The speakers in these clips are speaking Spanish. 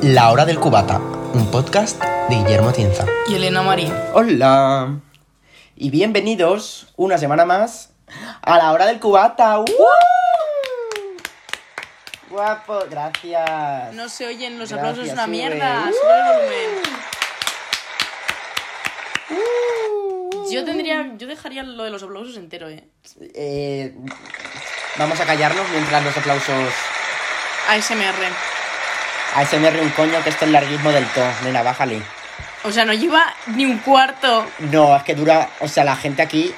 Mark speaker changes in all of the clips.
Speaker 1: La Hora del Cubata, un podcast de Guillermo Tienza.
Speaker 2: Y Elena María.
Speaker 1: Hola y bienvenidos una semana más a La Hora del Cubata. ¡Uh! Guapo, gracias.
Speaker 2: No se oyen los
Speaker 1: Gracias,
Speaker 2: aplausos, es una
Speaker 1: sube.
Speaker 2: mierda.
Speaker 1: Uh.
Speaker 2: Sube el volumen. Yo tendría, yo dejaría lo de los aplausos entero, eh.
Speaker 1: Eh, vamos a callarnos mientras los aplausos
Speaker 2: ASMR.
Speaker 1: ASMR un coño que esto es larguismo del todo. Nena, bájale.
Speaker 2: O sea, no lleva ni un cuarto.
Speaker 1: No, es que dura, o sea, la gente aquí,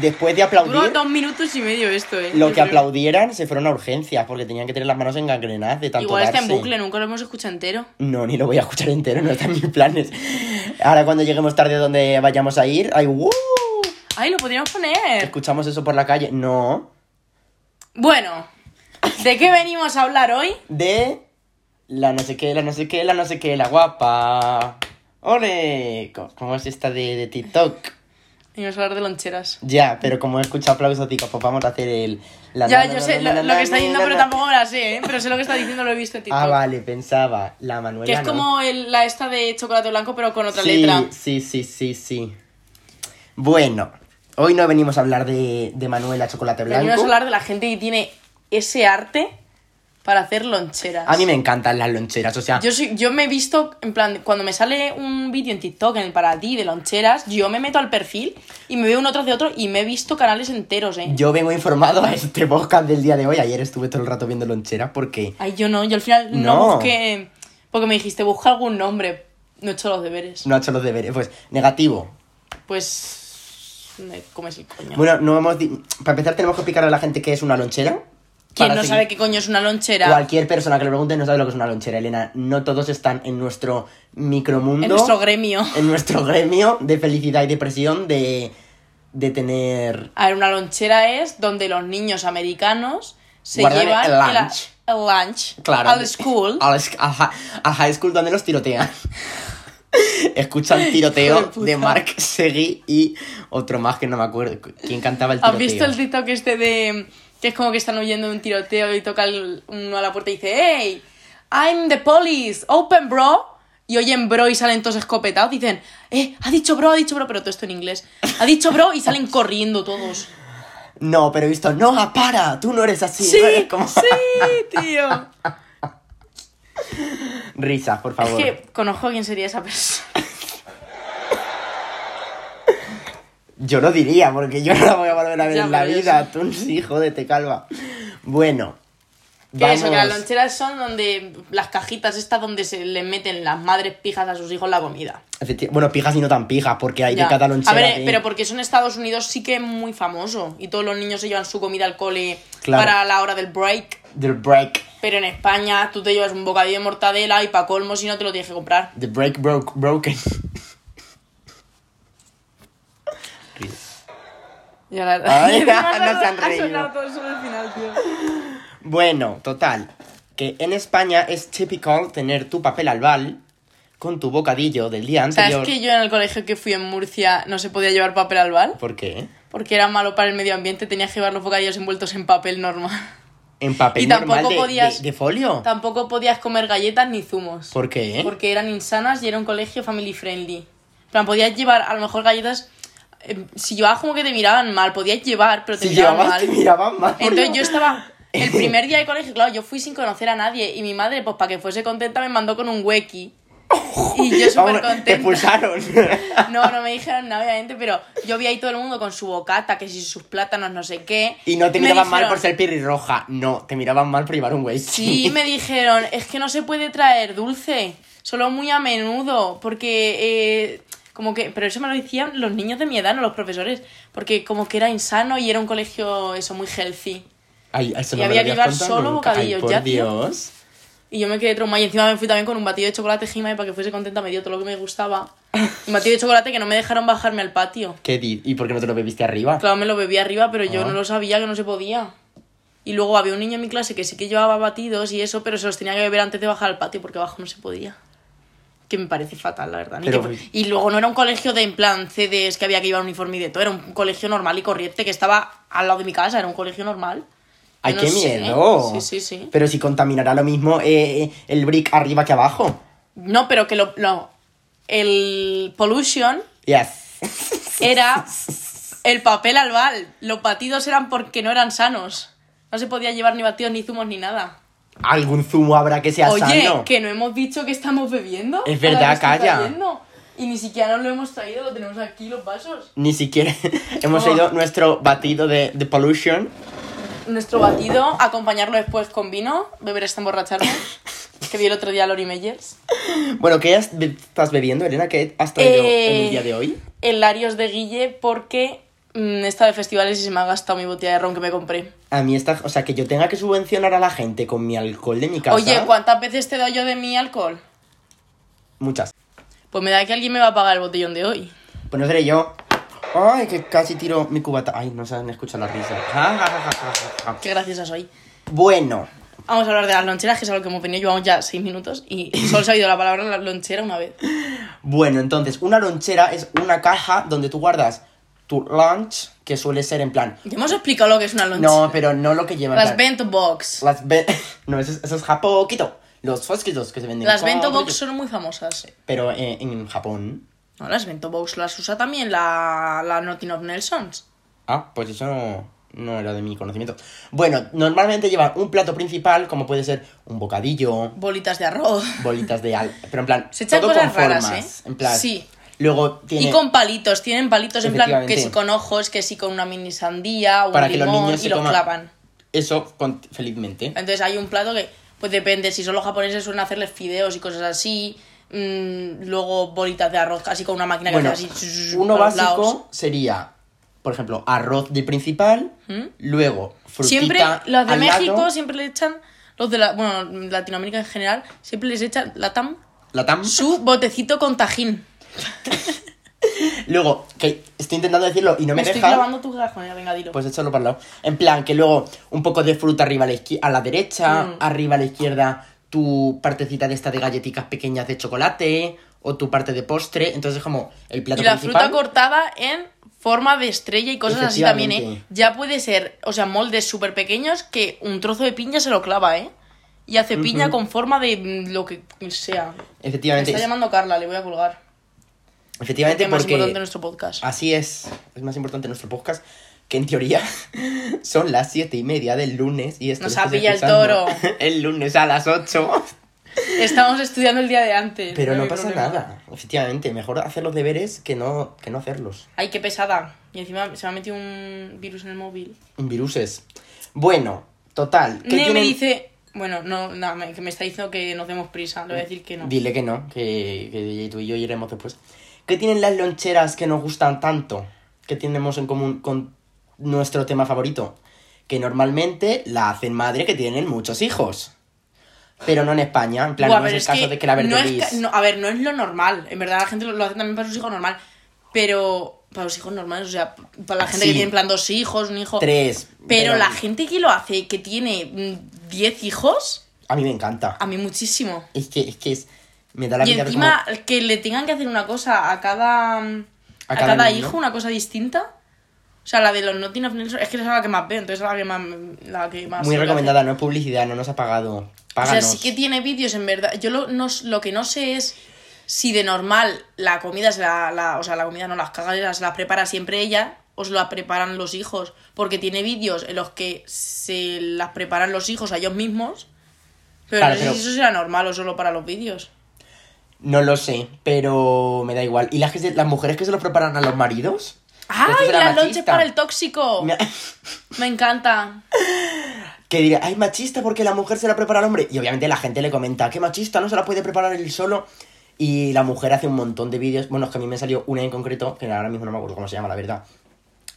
Speaker 1: después de
Speaker 2: Duró
Speaker 1: aplaudir,
Speaker 2: dos minutos y medio esto, eh.
Speaker 1: lo que
Speaker 2: yo creo.
Speaker 1: aplaudieran se fueron a urgencias porque tenían que tener las manos engangrenadas de tanto
Speaker 2: Igual está en
Speaker 1: darse.
Speaker 2: bucle, nunca lo hemos escuchado entero.
Speaker 1: No, ni lo voy a escuchar entero, no están mis planes. Ahora cuando lleguemos tarde donde vayamos a ir, ay, ¡wow!
Speaker 2: Ay, lo podríamos poner.
Speaker 1: Escuchamos eso por la calle. No.
Speaker 2: Bueno, ¿de qué venimos a hablar hoy?
Speaker 1: De la no sé qué, la no sé qué, la no sé qué, la guapa. ¡Ole! Co- ¿Cómo es esta de, de TikTok?
Speaker 2: Venimos a hablar de loncheras.
Speaker 1: Ya, pero como he escuchado aplausos, digo, pues vamos a hacer el... la
Speaker 2: ya,
Speaker 1: na,
Speaker 2: yo
Speaker 1: na,
Speaker 2: sé
Speaker 1: na,
Speaker 2: lo,
Speaker 1: na,
Speaker 2: lo
Speaker 1: na,
Speaker 2: que está
Speaker 1: na,
Speaker 2: diciendo,
Speaker 1: na,
Speaker 2: pero
Speaker 1: na.
Speaker 2: tampoco me la sé, ¿eh? Pero sé lo que está diciendo, lo he visto en TikTok.
Speaker 1: Ah, vale, pensaba. La Manuela.
Speaker 2: Que es
Speaker 1: ¿no?
Speaker 2: como el- la esta de chocolate blanco, pero con otra
Speaker 1: sí,
Speaker 2: letra.
Speaker 1: Sí, sí, sí, sí. Bueno, hoy no venimos a hablar de, de Manuela Chocolate Blanco.
Speaker 2: Venimos a hablar de la gente que tiene ese arte para hacer loncheras.
Speaker 1: A mí me encantan las loncheras, o sea,
Speaker 2: Yo, soy- yo me he visto, en plan, cuando me sale un vídeo en TikTok, en el para ti de loncheras, yo me meto al perfil y me veo uno tras de otro y me he visto canales enteros, ¿eh?
Speaker 1: yo vengo informado a este podcast del día de hoy. Ayer estuve todo el rato viendo loncheras porque...
Speaker 2: Ay, yo no, yo al final no,
Speaker 1: No.
Speaker 2: busqué... Porque me dijiste, busca algún nombre. No he hecho los deberes.
Speaker 1: No ha hecho los deberes. Pues, negativo.
Speaker 2: Pues... Me comes el coño.
Speaker 1: Bueno, no hemos... di- Para empezar tenemos que explicar a la gente qué es una lonchera.
Speaker 2: Quien
Speaker 1: para
Speaker 2: no
Speaker 1: seguir-
Speaker 2: sabe qué coño es una lonchera?
Speaker 1: Cualquier persona que lo pregunte no sabe lo que es una lonchera, Elena. No todos están en nuestro micromundo.
Speaker 2: En nuestro gremio.
Speaker 1: en nuestro gremio de felicidad y depresión de, de tener...
Speaker 2: A ver, una lonchera es donde los niños americanos se
Speaker 1: Guardan
Speaker 2: llevan
Speaker 1: el
Speaker 2: el-
Speaker 1: lunch.
Speaker 2: el lunch
Speaker 1: Claro.
Speaker 2: al school.
Speaker 1: Al, esc- al hi- al high school donde los tirotean. Escuchan tiroteo
Speaker 2: Hijo de
Speaker 1: de,
Speaker 2: puta.
Speaker 1: Mark Seguí y otro más que no me acuerdo. ¿Quién cantaba el tiroteo?
Speaker 2: ¿Has visto el TikTok este de que es como que están huyendo de un tiroteo y toca el- uno a la puerta y dice, "Hey, I'm the police, open bro." Y oyen bro y salen todos escopetados, dicen, "Eh, ha dicho bro, ha dicho bro", pero todo esto en inglés. Ha dicho bro y salen corriendo todos.
Speaker 1: No, pero he visto... No, para, tú no eres así.
Speaker 2: Sí,
Speaker 1: no eres como-".
Speaker 2: sí, tío.
Speaker 1: Risas, por
Speaker 2: Es
Speaker 1: favor.
Speaker 2: que conozco a quién sería esa persona.
Speaker 1: Yo lo diría, porque yo no la voy a volver a ver
Speaker 2: Ya,
Speaker 1: en la
Speaker 2: pero yo
Speaker 1: vida. Tú sí, jódete, calva. Bueno.
Speaker 2: Que eso, que las
Speaker 1: vamos.
Speaker 2: loncheras son donde las cajitas estas donde se le meten las madres pijas a sus hijos la comida.
Speaker 1: Efecti- Bueno, pijas y no tan pijas, porque hay
Speaker 2: Ya.
Speaker 1: de cada lonchera. eh.
Speaker 2: A ver,
Speaker 1: que-
Speaker 2: pero porque eso en Estados Unidos sí que es muy famoso y todos los niños se llevan su comida al cole
Speaker 1: Claro.
Speaker 2: para la hora del break.
Speaker 1: The break.
Speaker 2: Pero en España tú te llevas un bocadillo de mortadela y pa' colmo si no te lo tienes que comprar.
Speaker 1: The break broke broken.
Speaker 2: Ya la
Speaker 1: Ay,
Speaker 2: Y encima
Speaker 1: no
Speaker 2: ha-
Speaker 1: se han
Speaker 2: ha
Speaker 1: reído.
Speaker 2: sonado todo eso al final, tío.
Speaker 1: bueno, total. Que en España es típico tener tu papel albal con tu bocadillo del día
Speaker 2: ¿Sabes
Speaker 1: anterior.
Speaker 2: que yo en el colegio que fui en Murcia no se podía llevar papel albal?
Speaker 1: ¿Por qué?
Speaker 2: Porque era malo para el medio ambiente, tenías que llevar los bocadillos envueltos en papel normal.
Speaker 1: En papel
Speaker 2: Y tampoco
Speaker 1: normal de,
Speaker 2: podías-
Speaker 1: de- de folio.
Speaker 2: Tampoco podías comer galletas ni zumos.
Speaker 1: Ah. ¿Por qué?
Speaker 2: Porque eran insanas y era un colegio family friendly. Pero podías llevar, a lo mejor galletas. eh, si llevabas como que te miraban mal, podías llevar, pero te
Speaker 1: si
Speaker 2: miraban
Speaker 1: llevabas,
Speaker 2: mal.
Speaker 1: te miraban mal.
Speaker 2: Entonces yo estaba. El primer día de colegio, claro, yo fui sin conocer a nadie. Y mi madre, pues para que fuese contenta, me mandó con un huequi. Y yo
Speaker 1: Vamos,
Speaker 2: súper
Speaker 1: Te
Speaker 2: contenta.
Speaker 1: expulsaron.
Speaker 2: No, no me dijeron nada, obviamente, pero yo vi ahí todo el mundo con su bocata, que si sus plátanos, no sé qué.
Speaker 1: y no te
Speaker 2: Me
Speaker 1: miraban mal
Speaker 2: dijeron-
Speaker 1: por ser pirrirroja. No, te miraban mal por llevar un güey.
Speaker 2: Sí, me dijeron, es que no se puede traer dulce, solo muy a menudo, porque eh, como que, pero eso me lo decían los niños de mi edad, no los profesores, porque como que era insano y era un colegio eso muy healthy.
Speaker 1: Ay, eso
Speaker 2: Y
Speaker 1: no me
Speaker 2: había
Speaker 1: lo
Speaker 2: que
Speaker 1: habías
Speaker 2: llevar
Speaker 1: contado
Speaker 2: solo
Speaker 1: nunca. Ay,
Speaker 2: bocadillos,
Speaker 1: por
Speaker 2: ya, tío.
Speaker 1: Dios.
Speaker 2: Y yo me quedé traumada y encima me fui también con un batido de chocolate Gima para que fuese contenta, me dio todo lo que me gustaba. Un batido de chocolate que no me dejaron bajarme al patio.
Speaker 1: ¿Qué di- ¿Y por qué no te lo bebiste arriba?
Speaker 2: Claro, me lo bebí arriba, pero yo
Speaker 1: Ah.
Speaker 2: no lo sabía que no se podía. Y luego había un niño en mi clase que sí que llevaba batidos y eso, pero se los tenía que beber antes de bajar al patio porque abajo no se podía. Que me parece fatal, la verdad. Ni
Speaker 1: Pero-
Speaker 2: que- Y luego no era un colegio de en plan CDs que había que llevar uniforme y de todo, era un colegio normal y corriente que estaba al lado de mi casa, era un colegio normal.
Speaker 1: ¡Ay,
Speaker 2: No
Speaker 1: qué
Speaker 2: sé.
Speaker 1: miedo!
Speaker 2: Sí, sí, sí.
Speaker 1: Pero si contaminará lo mismo eh, eh, el brick arriba que abajo.
Speaker 2: No, pero que lo. No. El pollution
Speaker 1: Yes.
Speaker 2: era el papel albal. Los batidos eran porque no eran sanos. No se podía llevar ni batidos, ni zumos, ni nada.
Speaker 1: Algún zumo habrá que sea
Speaker 2: Oye,
Speaker 1: sano.
Speaker 2: que no hemos dicho que estamos bebiendo.
Speaker 1: Es
Speaker 2: Ahora
Speaker 1: verdad,
Speaker 2: que estoy
Speaker 1: calla.
Speaker 2: trayendo. Y ni siquiera nos lo hemos traído, lo tenemos aquí los vasos.
Speaker 1: Ni siquiera hemos
Speaker 2: ¿Cómo?
Speaker 1: oído nuestro batido de, de pollution.
Speaker 2: Nuestro batido, acompañarlo después con vino, beber hasta emborracharme. que vi el otro día a Lori Meyers.
Speaker 1: Bueno, ¿qué has- be- estás bebiendo, Elena? ¿Qué has traído en
Speaker 2: Eh.
Speaker 1: el día de hoy?
Speaker 2: El Larios de Guille, porque mm, he estado de festivales y se me ha gastado mi botella de ron que me compré.
Speaker 1: A mí está... O sea, que yo tenga que subvencionar a la gente con mi alcohol de mi casa.
Speaker 2: Oye, ¿cuántas veces te doy yo de mi alcohol?
Speaker 1: Muchas.
Speaker 2: Pues me da que alguien me va a pagar el botellón de hoy.
Speaker 1: Pues no seré yo. Ay, que casi tiro mi cubata. Ay, no se me escucha la risa. Ja, ja, ja, ja, ja, ja.
Speaker 2: Qué graciosa soy.
Speaker 1: Bueno,
Speaker 2: Vamos a hablar de las loncheras, que es algo que hemos venido. Llevamos ya seis minutos y solo se ha oído la palabra la lonchera una vez.
Speaker 1: bueno, entonces, una lonchera es una caja donde tú guardas tu lunch, que suele ser en plan.
Speaker 2: Ya hemos explicado lo que es una lonchera.
Speaker 1: No, pero no lo que lleva en
Speaker 2: las
Speaker 1: plan-
Speaker 2: bento box.
Speaker 1: Las ve- No, eso es, eso es japoquito. Los fosquitos que se venden.
Speaker 2: Las bento
Speaker 1: con-
Speaker 2: box son muy famosas.
Speaker 1: Pero eh, en Japón.
Speaker 2: No, las bento box las usa también la, la Nothing of Nelsons.
Speaker 1: Ah, pues eso no, no era de mi conocimiento. Bueno, normalmente llevan un plato principal, como puede ser un bocadillo,
Speaker 2: Bolitas de arroz.
Speaker 1: bolitas de al... Pero en plan,
Speaker 2: Se echan
Speaker 1: todo
Speaker 2: cosas
Speaker 1: con
Speaker 2: raras,
Speaker 1: formas,
Speaker 2: ¿eh?
Speaker 1: En plan,
Speaker 2: Sí.
Speaker 1: Luego tiene...
Speaker 2: Y con palitos, tienen palitos en plan que
Speaker 1: Efectivamente.
Speaker 2: sí con ojos, que sí con una mini sandía, un
Speaker 1: Para que los
Speaker 2: limón
Speaker 1: niños se
Speaker 2: y lo
Speaker 1: coman.
Speaker 2: clavan.
Speaker 1: Eso, con- felizmente.
Speaker 2: Entonces hay un plato que, pues depende, si son los japoneses suelen hacerles fideos y cosas así, mm, luego bolitas de arroz, así con una máquina que
Speaker 1: Bueno,
Speaker 2: hace así.
Speaker 1: uno
Speaker 2: para los
Speaker 1: básico
Speaker 2: lados.
Speaker 1: sería, por ejemplo, arroz de principal, luego frutita
Speaker 2: ¿Mm? Siempre los
Speaker 1: al
Speaker 2: de
Speaker 1: lado,
Speaker 2: México siempre le echan, los de la, bueno, Latinoamérica en general, siempre les echan la tam
Speaker 1: la tam.
Speaker 2: su botecito con tajín.
Speaker 1: Luego, que estoy intentando decirlo y no me,
Speaker 2: Me estoy
Speaker 1: deja.
Speaker 2: clavando tu grajonera, venga, dilo.
Speaker 1: Pues échalo para el lado. En plan, que luego un poco de fruta arriba a la, izquier- a la derecha,
Speaker 2: Mm.
Speaker 1: arriba a la izquierda tu partecita de esta de galletitas pequeñas de chocolate o tu parte de postre. Entonces, como el plato
Speaker 2: y la
Speaker 1: principal.
Speaker 2: fruta cortada en forma de estrella y cosas así también, ¿eh?
Speaker 1: Efectivamente.
Speaker 2: Ya puede ser, o sea, moldes súper pequeños que un trozo de piña se lo clava, ¿eh? Y hace piña con forma de mm, lo que sea. Me
Speaker 1: Efectivamente.
Speaker 2: está llamando Carla, le voy a colgar.
Speaker 1: Efectivamente,
Speaker 2: Es más
Speaker 1: porque
Speaker 2: importante nuestro podcast.
Speaker 1: así es. Es más importante nuestro podcast. Que en teoría son las siete y media del lunes y esto
Speaker 2: Nos
Speaker 1: lo
Speaker 2: ha
Speaker 1: estás
Speaker 2: pillado el
Speaker 1: escuchando
Speaker 2: toro.
Speaker 1: El lunes a las 8.
Speaker 2: Estábamos estudiando el día de antes.
Speaker 1: Pero no
Speaker 2: hay
Speaker 1: pasa
Speaker 2: problema.
Speaker 1: nada. Efectivamente, mejor hacer los deberes que no, que no hacerlos.
Speaker 2: Ay, qué pesada. Y encima se me ha metido un virus en el móvil.
Speaker 1: Viruses. Bueno, total. ¿qué
Speaker 2: Ne me
Speaker 1: tienen-
Speaker 2: dice... Bueno, no, nada, me, que me está diciendo que nos demos prisa. Le voy a decir que no.
Speaker 1: Dile que no, que, que tú y yo iremos después. ¿Qué tienen las loncheras que nos gustan tanto? ¿Qué tenemos en común con nuestro tema favorito? Que normalmente la hacen madre que tienen muchos hijos. Pero no en España, en plan,
Speaker 2: Buah,
Speaker 1: no es
Speaker 2: pero
Speaker 1: el caso de que la
Speaker 2: no es
Speaker 1: verdelis.
Speaker 2: ca- no, a ver, no es lo normal. En verdad, la gente lo, lo hace también para sus hijos normal. Pero para los hijos normales, o sea, para la gente
Speaker 1: Sí.
Speaker 2: que tiene en plan dos hijos, un hijo.
Speaker 1: Tres.
Speaker 2: Pero la gente que lo hace, que tiene mm, 10 hijos,
Speaker 1: A mí me encanta.
Speaker 2: a mí muchísimo.
Speaker 1: Es que, es que es- me da la
Speaker 2: Ah. y
Speaker 1: vida
Speaker 2: encima, que le tengan que hacer una cosa a cada, a
Speaker 1: cada
Speaker 2: cada,
Speaker 1: niño.
Speaker 2: hijo, una cosa distinta. O sea, la de los Nothing of Nelson, es que esa es la que más veo, entonces es la que más. La que
Speaker 1: como
Speaker 2: más
Speaker 1: muy
Speaker 2: lo que hace.
Speaker 1: recomendada, no es publicidad, no nos ha pagado.
Speaker 2: O sea,
Speaker 1: Páganos.
Speaker 2: sí que tiene vídeos, en verdad. Yo lo, no s- lo que no sé es si de normal la comida se la, la- O sea, la comida no, las cagaderas las prepara siempre ella, o se las preparan los hijos. Porque tiene vídeos en los que se las preparan los hijos a ellos mismos. Pero
Speaker 1: Claro,
Speaker 2: no sé
Speaker 1: pero-
Speaker 2: si eso será normal o solo para los vídeos.
Speaker 1: No lo sé, pero me da igual. ¿Y las, que se- las mujeres que se lo preparan a los maridos? Esto
Speaker 2: ¡Ay,
Speaker 1: será
Speaker 2: las lonches
Speaker 1: machista.
Speaker 2: para el tóxico!
Speaker 1: Me-
Speaker 2: Me encanta.
Speaker 1: Que dirá, ay, machista porque la mujer se la prepara al hombre. Y obviamente la gente le comenta, qué machista, no se la puede preparar él solo. Y la mujer hace un montón de vídeos. Bueno, es que a mí me salió una en concreto, que ahora mismo no me acuerdo cómo se llama, la verdad.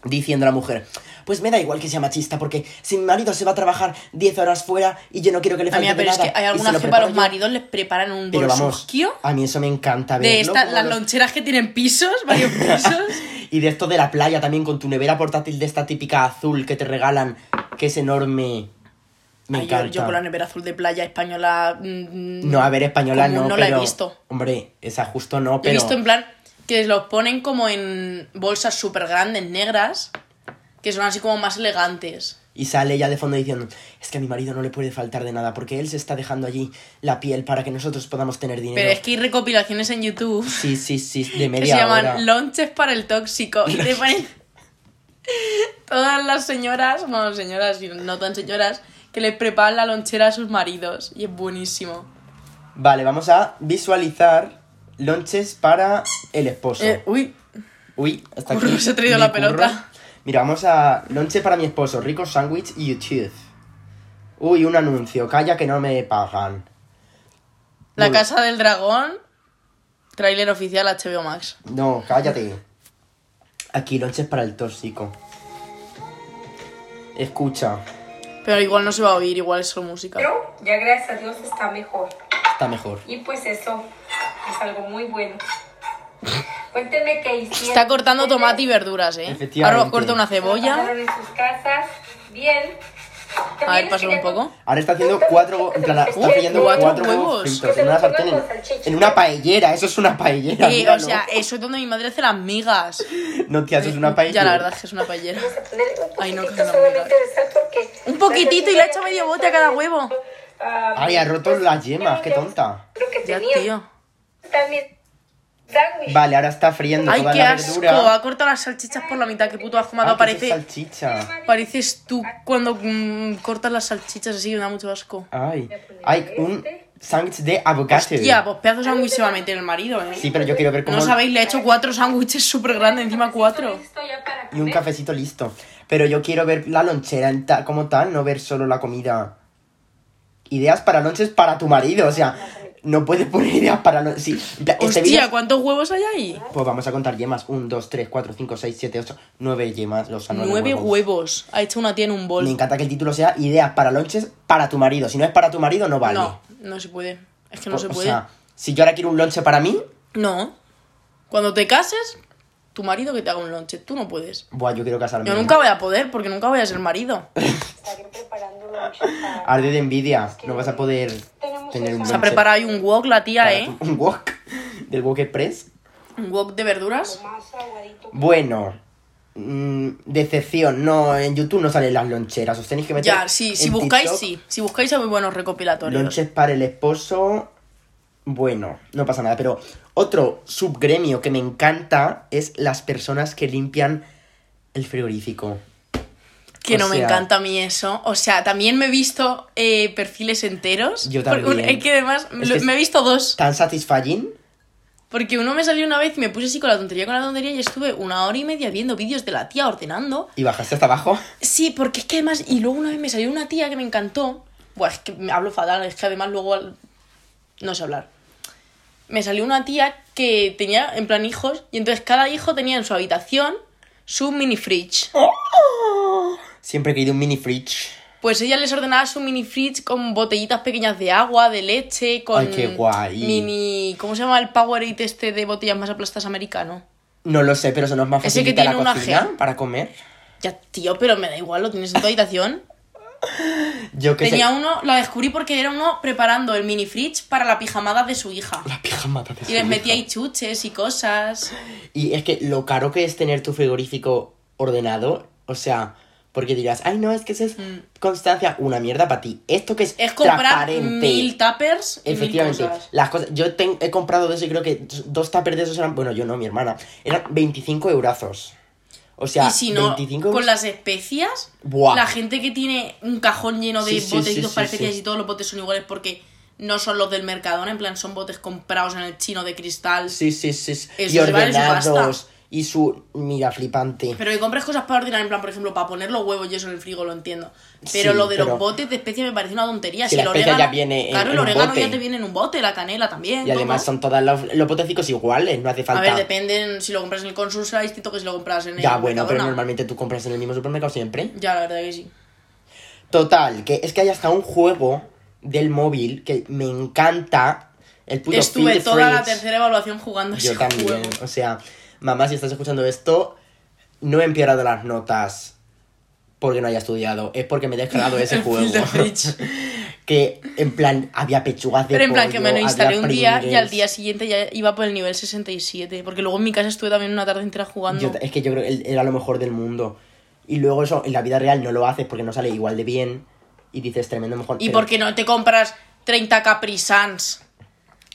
Speaker 1: Diciendo a la mujer, pues me da igual que sea machista porque si mi marido se va a trabajar 10 horas fuera y yo no quiero que le falte
Speaker 2: Mira,
Speaker 1: de
Speaker 2: pero es
Speaker 1: nada.
Speaker 2: que hay
Speaker 1: y se
Speaker 2: algunas
Speaker 1: lo
Speaker 2: que para los
Speaker 1: preparo yo".
Speaker 2: maridos les preparan un
Speaker 1: Pero vamos,
Speaker 2: bolsugio
Speaker 1: a mí eso me encanta verlo.
Speaker 2: de estas,
Speaker 1: como
Speaker 2: las
Speaker 1: los-
Speaker 2: loncheras que tienen pisos, varios pisos.
Speaker 1: Y de esto de la playa también, con tu nevera portátil de esta típica azul que te regalan, que es enorme. Me
Speaker 2: Ay, yo-
Speaker 1: encanta.
Speaker 2: Yo, con la nevera azul de playa española. mm,
Speaker 1: No, a ver, española
Speaker 2: común
Speaker 1: no,
Speaker 2: No
Speaker 1: pero...
Speaker 2: la he visto.
Speaker 1: Hombre, esa justo no,
Speaker 2: He
Speaker 1: pero...
Speaker 2: visto en plan que los ponen como en bolsas súper grandes, negras, que son así como más elegantes.
Speaker 1: Y sale ella de fondo diciendo, es que a mi marido no le puede faltar de nada porque él se está dejando allí la piel para que nosotros podamos tener dinero.
Speaker 2: Pero es que hay recopilaciones en YouTube
Speaker 1: Sí, sí, sí, de
Speaker 2: que
Speaker 1: media
Speaker 2: se llaman
Speaker 1: hora.
Speaker 2: Lonches para el tóxico. Y te ponen todas las señoras, bueno, señoras y no tan señoras, que le preparan la lonchera a sus maridos. Y es buenísimo.
Speaker 1: Vale, vamos a visualizar lonches para el esposo.
Speaker 2: Eh, uy,
Speaker 1: Uy, hasta
Speaker 2: Curro,
Speaker 1: aquí.
Speaker 2: se ha traído
Speaker 1: mi
Speaker 2: la pelota.
Speaker 1: Mira, vamos a. Lonche para mi esposo, rico sándwich y YouTube. Uy, un anuncio. Calla que no me pagan.
Speaker 2: La
Speaker 1: Uy,
Speaker 2: Casa del Dragón, tráiler oficial HBO Max.
Speaker 1: No, cállate. Aquí, lonches para el tóxico. Escucha,
Speaker 2: Pero igual no se va a oír, igual es solo música.
Speaker 3: Pero ya gracias a Dios está mejor.
Speaker 1: está mejor.
Speaker 3: Y pues eso es algo muy bueno. Cuénteme qué hicieron.
Speaker 2: Está cortando tomate y verduras, ¿eh?
Speaker 1: Efectivamente.
Speaker 2: Ahora os corta una cebolla.
Speaker 3: Pasaron en sus casas. Bien.
Speaker 2: A
Speaker 3: También
Speaker 2: ver,
Speaker 3: les
Speaker 2: pásalo
Speaker 3: quería
Speaker 2: un poco.
Speaker 1: Ahora está haciendo cuatro. En plan, está
Speaker 2: Uy,
Speaker 1: haciendo
Speaker 2: cuatro
Speaker 1: cuatro,
Speaker 2: huevos.
Speaker 1: huevos fritos en una sartén. En, en una paellera, eso es una paellera.
Speaker 2: Eh, o
Speaker 1: míralo.
Speaker 2: sea, eso es donde mi madre hace las migas.
Speaker 1: no, tía, eso es una paellera.
Speaker 2: Ya, la verdad es que es una paellera.
Speaker 3: Vamos a ponerle un
Speaker 2: Ay, no, que no
Speaker 3: poquitito
Speaker 2: me
Speaker 3: solamente
Speaker 2: digas.
Speaker 3: de sal porque
Speaker 2: Un poquitito y le ha hecho medio bote a cada huevo.
Speaker 3: Ah,
Speaker 1: Ay, ha roto las yemas, qué
Speaker 3: ya
Speaker 1: tonta.
Speaker 3: Lo que
Speaker 2: Ya,
Speaker 3: tenía.
Speaker 2: tío.
Speaker 3: También. Sándwich.
Speaker 1: Vale, ahora está friendo
Speaker 2: Ay,
Speaker 1: toda
Speaker 2: qué
Speaker 1: la
Speaker 2: asco.
Speaker 1: verdura.
Speaker 2: Ha cortado las salchichas por la mitad. Qué puto asco me ha
Speaker 1: Ah,
Speaker 2: dado.
Speaker 1: que eso es
Speaker 2: Parece,
Speaker 1: salchicha.
Speaker 2: pareces tú cuando mm, cortas las salchichas así. Me da mucho asco.
Speaker 1: Ay, hay un sándwich de avocado.
Speaker 2: Hostia, pues pedazo de sándwich se va a meter el marido, ¿eh?
Speaker 1: Ah, Sí, pero yo quiero ver cómo...
Speaker 2: No sabéis, le he hecho cuatro sándwiches súper grandes, encima cuatro.
Speaker 3: Listo ya para
Speaker 1: Y un
Speaker 3: comer.
Speaker 1: cafecito listo. Pero yo quiero ver la lonchera en ta- como tal, no ver solo la comida. Ideas para lonches para tu marido, o sea, no puedes poner ideas para lonches. este vídeo-
Speaker 2: Hostia, ¿cuántos huevos hay ahí?
Speaker 1: Pues vamos a contar yemas. 1, 2, 3, 4, 5, 6, 7, 8, 9 yemas. O sea, nueve
Speaker 2: Nueve
Speaker 1: huevos.
Speaker 2: huevos. Ha hecho una tía en un bol.
Speaker 1: Me encanta que el título sea Ideas para lonches para tu marido. Si no es para tu marido, no vale.
Speaker 2: No, no se puede. Es que no
Speaker 1: O-
Speaker 2: se
Speaker 1: o
Speaker 2: puede.
Speaker 1: sea, si yo ahora quiero un lonche para mí,
Speaker 2: No. Cuando te cases, tu marido que te haga un lonche. Tú no puedes.
Speaker 1: Buah, yo quiero casarme.
Speaker 2: Yo nunca voy a poder porque nunca voy a ser marido.
Speaker 3: Estaré preparando
Speaker 1: Ah,
Speaker 3: lonche para-
Speaker 1: Arde de envidia. No vas a poder tener un
Speaker 2: Se ha
Speaker 1: lonche
Speaker 2: preparado ahí un wok, la tía,
Speaker 1: para
Speaker 2: ¿eh?
Speaker 1: tu- Un wok. Del wok express.
Speaker 2: Un wok de verduras.
Speaker 3: Más aguadito.
Speaker 1: Bueno. mm, decepción. No, en YouTube no salen las loncheras. Os tenéis que meter.
Speaker 2: Ya, sí, si
Speaker 1: en
Speaker 2: buscáis,
Speaker 1: TikTok,
Speaker 2: sí. Si buscáis, hay muy buenos recopilatorios.
Speaker 1: Lonches para el esposo. Bueno, no pasa nada. Pero otro subgremio que me encanta es las personas que limpian el frigorífico.
Speaker 2: Que
Speaker 1: o
Speaker 2: no me
Speaker 1: sea-
Speaker 2: encanta a mí eso. O sea, también me he visto eh, perfiles enteros.
Speaker 1: Yo
Speaker 2: Porque un-
Speaker 1: también.
Speaker 2: es que además
Speaker 1: Es
Speaker 2: lo-
Speaker 1: que es-
Speaker 2: me he visto dos.
Speaker 1: ¿Tan satisfying?
Speaker 2: Porque uno me salió una vez y me puse así con la tontería, con la tontería y estuve una hora y media viendo vídeos de la tía ordenando.
Speaker 1: ¿Y bajaste hasta abajo?
Speaker 2: Sí, porque es que además, y luego una vez me salió una tía que me encantó. Buah, es que me hablo fatal, es que además luego al- no sé hablar. Me salió una tía que tenía en plan hijos y entonces cada hijo tenía en su habitación su mini fridge.
Speaker 1: Siempre he querido un mini fridge.
Speaker 2: Pues ella les ordenaba su mini fridge con botellitas pequeñas de agua, de leche, con
Speaker 1: Ay, qué guay.
Speaker 2: mini, ¿cómo se llama el Powerade este de botellas más aplastas americano?
Speaker 1: No lo sé, pero eso no es más
Speaker 2: Ese
Speaker 1: fácil que
Speaker 2: que
Speaker 1: la
Speaker 2: tiene una
Speaker 1: cocina
Speaker 2: G.
Speaker 1: para comer.
Speaker 2: Ya, tío, pero me da igual, lo tienes en tu habitación.
Speaker 1: Yo que
Speaker 2: Tenía
Speaker 1: sé.
Speaker 2: uno, la descubrí porque era uno preparando el mini fridge para la pijamada de su hija.
Speaker 1: La pijamada de
Speaker 2: Y les
Speaker 1: su
Speaker 2: metía
Speaker 1: hijo.
Speaker 2: ahí chuches y cosas.
Speaker 1: Y es que lo caro que es tener tu frigorífico ordenado, o sea, porque dirás, ay no, es que eso es constancia, una mierda para ti. Esto que es,
Speaker 2: Mm. Es comprar
Speaker 1: transparente.
Speaker 2: mil tuppers y mil
Speaker 1: Efectivamente,
Speaker 2: cosas.
Speaker 1: las cosas. Yo ten- he comprado de eso y creo que dos tapers de esos eran. Bueno, yo no, mi hermana. Eran 25 eurazos. O sea,
Speaker 2: Y si no,
Speaker 1: 25
Speaker 2: con las especias,
Speaker 1: Buah.
Speaker 2: la gente que tiene un cajón lleno de
Speaker 1: Sí, sí,
Speaker 2: botecitos
Speaker 1: sí, sí,
Speaker 2: para especias
Speaker 1: sí.
Speaker 2: y todos los botes son iguales porque no son los del Mercadona, en plan son botes comprados en el chino de cristal.
Speaker 1: Sí, sí, sí. sí. y
Speaker 2: Eso se vale su
Speaker 1: ordenados.
Speaker 2: pasta.
Speaker 1: Y su. Mira, flipante.
Speaker 2: Pero que compres cosas para ordenar, en plan, por ejemplo, para poner los huevos y eso en el frigo, lo entiendo. Pero
Speaker 1: Sí,
Speaker 2: lo de
Speaker 1: pero-
Speaker 2: los botes de especias me parece una tontería.
Speaker 1: Si
Speaker 2: Si,
Speaker 1: la
Speaker 2: el
Speaker 1: especia
Speaker 2: orégano,
Speaker 1: ya viene en-
Speaker 2: claro,
Speaker 1: en
Speaker 2: el
Speaker 1: un
Speaker 2: orégano
Speaker 1: bote.
Speaker 2: ya te viene en un bote, la canela también.
Speaker 1: Y además
Speaker 2: todo.
Speaker 1: son todas los, los potecicos iguales, no hace
Speaker 2: A
Speaker 1: falta.
Speaker 2: ver, depende en- si lo compras en el Consul será distinto que si lo compras en el
Speaker 1: Ya, bueno, pero
Speaker 2: Mercadona.
Speaker 1: normalmente tú compras en el mismo supermercado siempre.
Speaker 2: Ya, la verdad que sí.
Speaker 1: Total, que es que hay hasta un juego del móvil que me encanta. El puto
Speaker 2: Estuve
Speaker 1: Feel the
Speaker 2: toda la
Speaker 1: Fridge.
Speaker 2: tercera evaluación jugando a
Speaker 1: Yo
Speaker 2: ese
Speaker 1: también.
Speaker 2: juego.
Speaker 1: O sea, mamá, si estás escuchando esto, no he empeorado las notas porque no haya estudiado. Es porque me he descargado ese
Speaker 2: El
Speaker 1: juego.
Speaker 2: Feel the Fridge.
Speaker 1: que en plan, había pechugas de
Speaker 2: Pero en plan que
Speaker 1: pollo,
Speaker 2: me lo instalé
Speaker 1: había
Speaker 2: un día y al
Speaker 1: Pringles.
Speaker 2: día siguiente ya iba por el nivel 67. Porque luego en mi casa estuve también una tarde entera jugando.
Speaker 1: Yo- es que yo creo que él era lo mejor del mundo. Y luego eso en la vida real no lo haces porque no sale igual de bien y dices tremendo mejor.
Speaker 2: Y
Speaker 1: pero-
Speaker 2: porque no te compras 30 Caprisans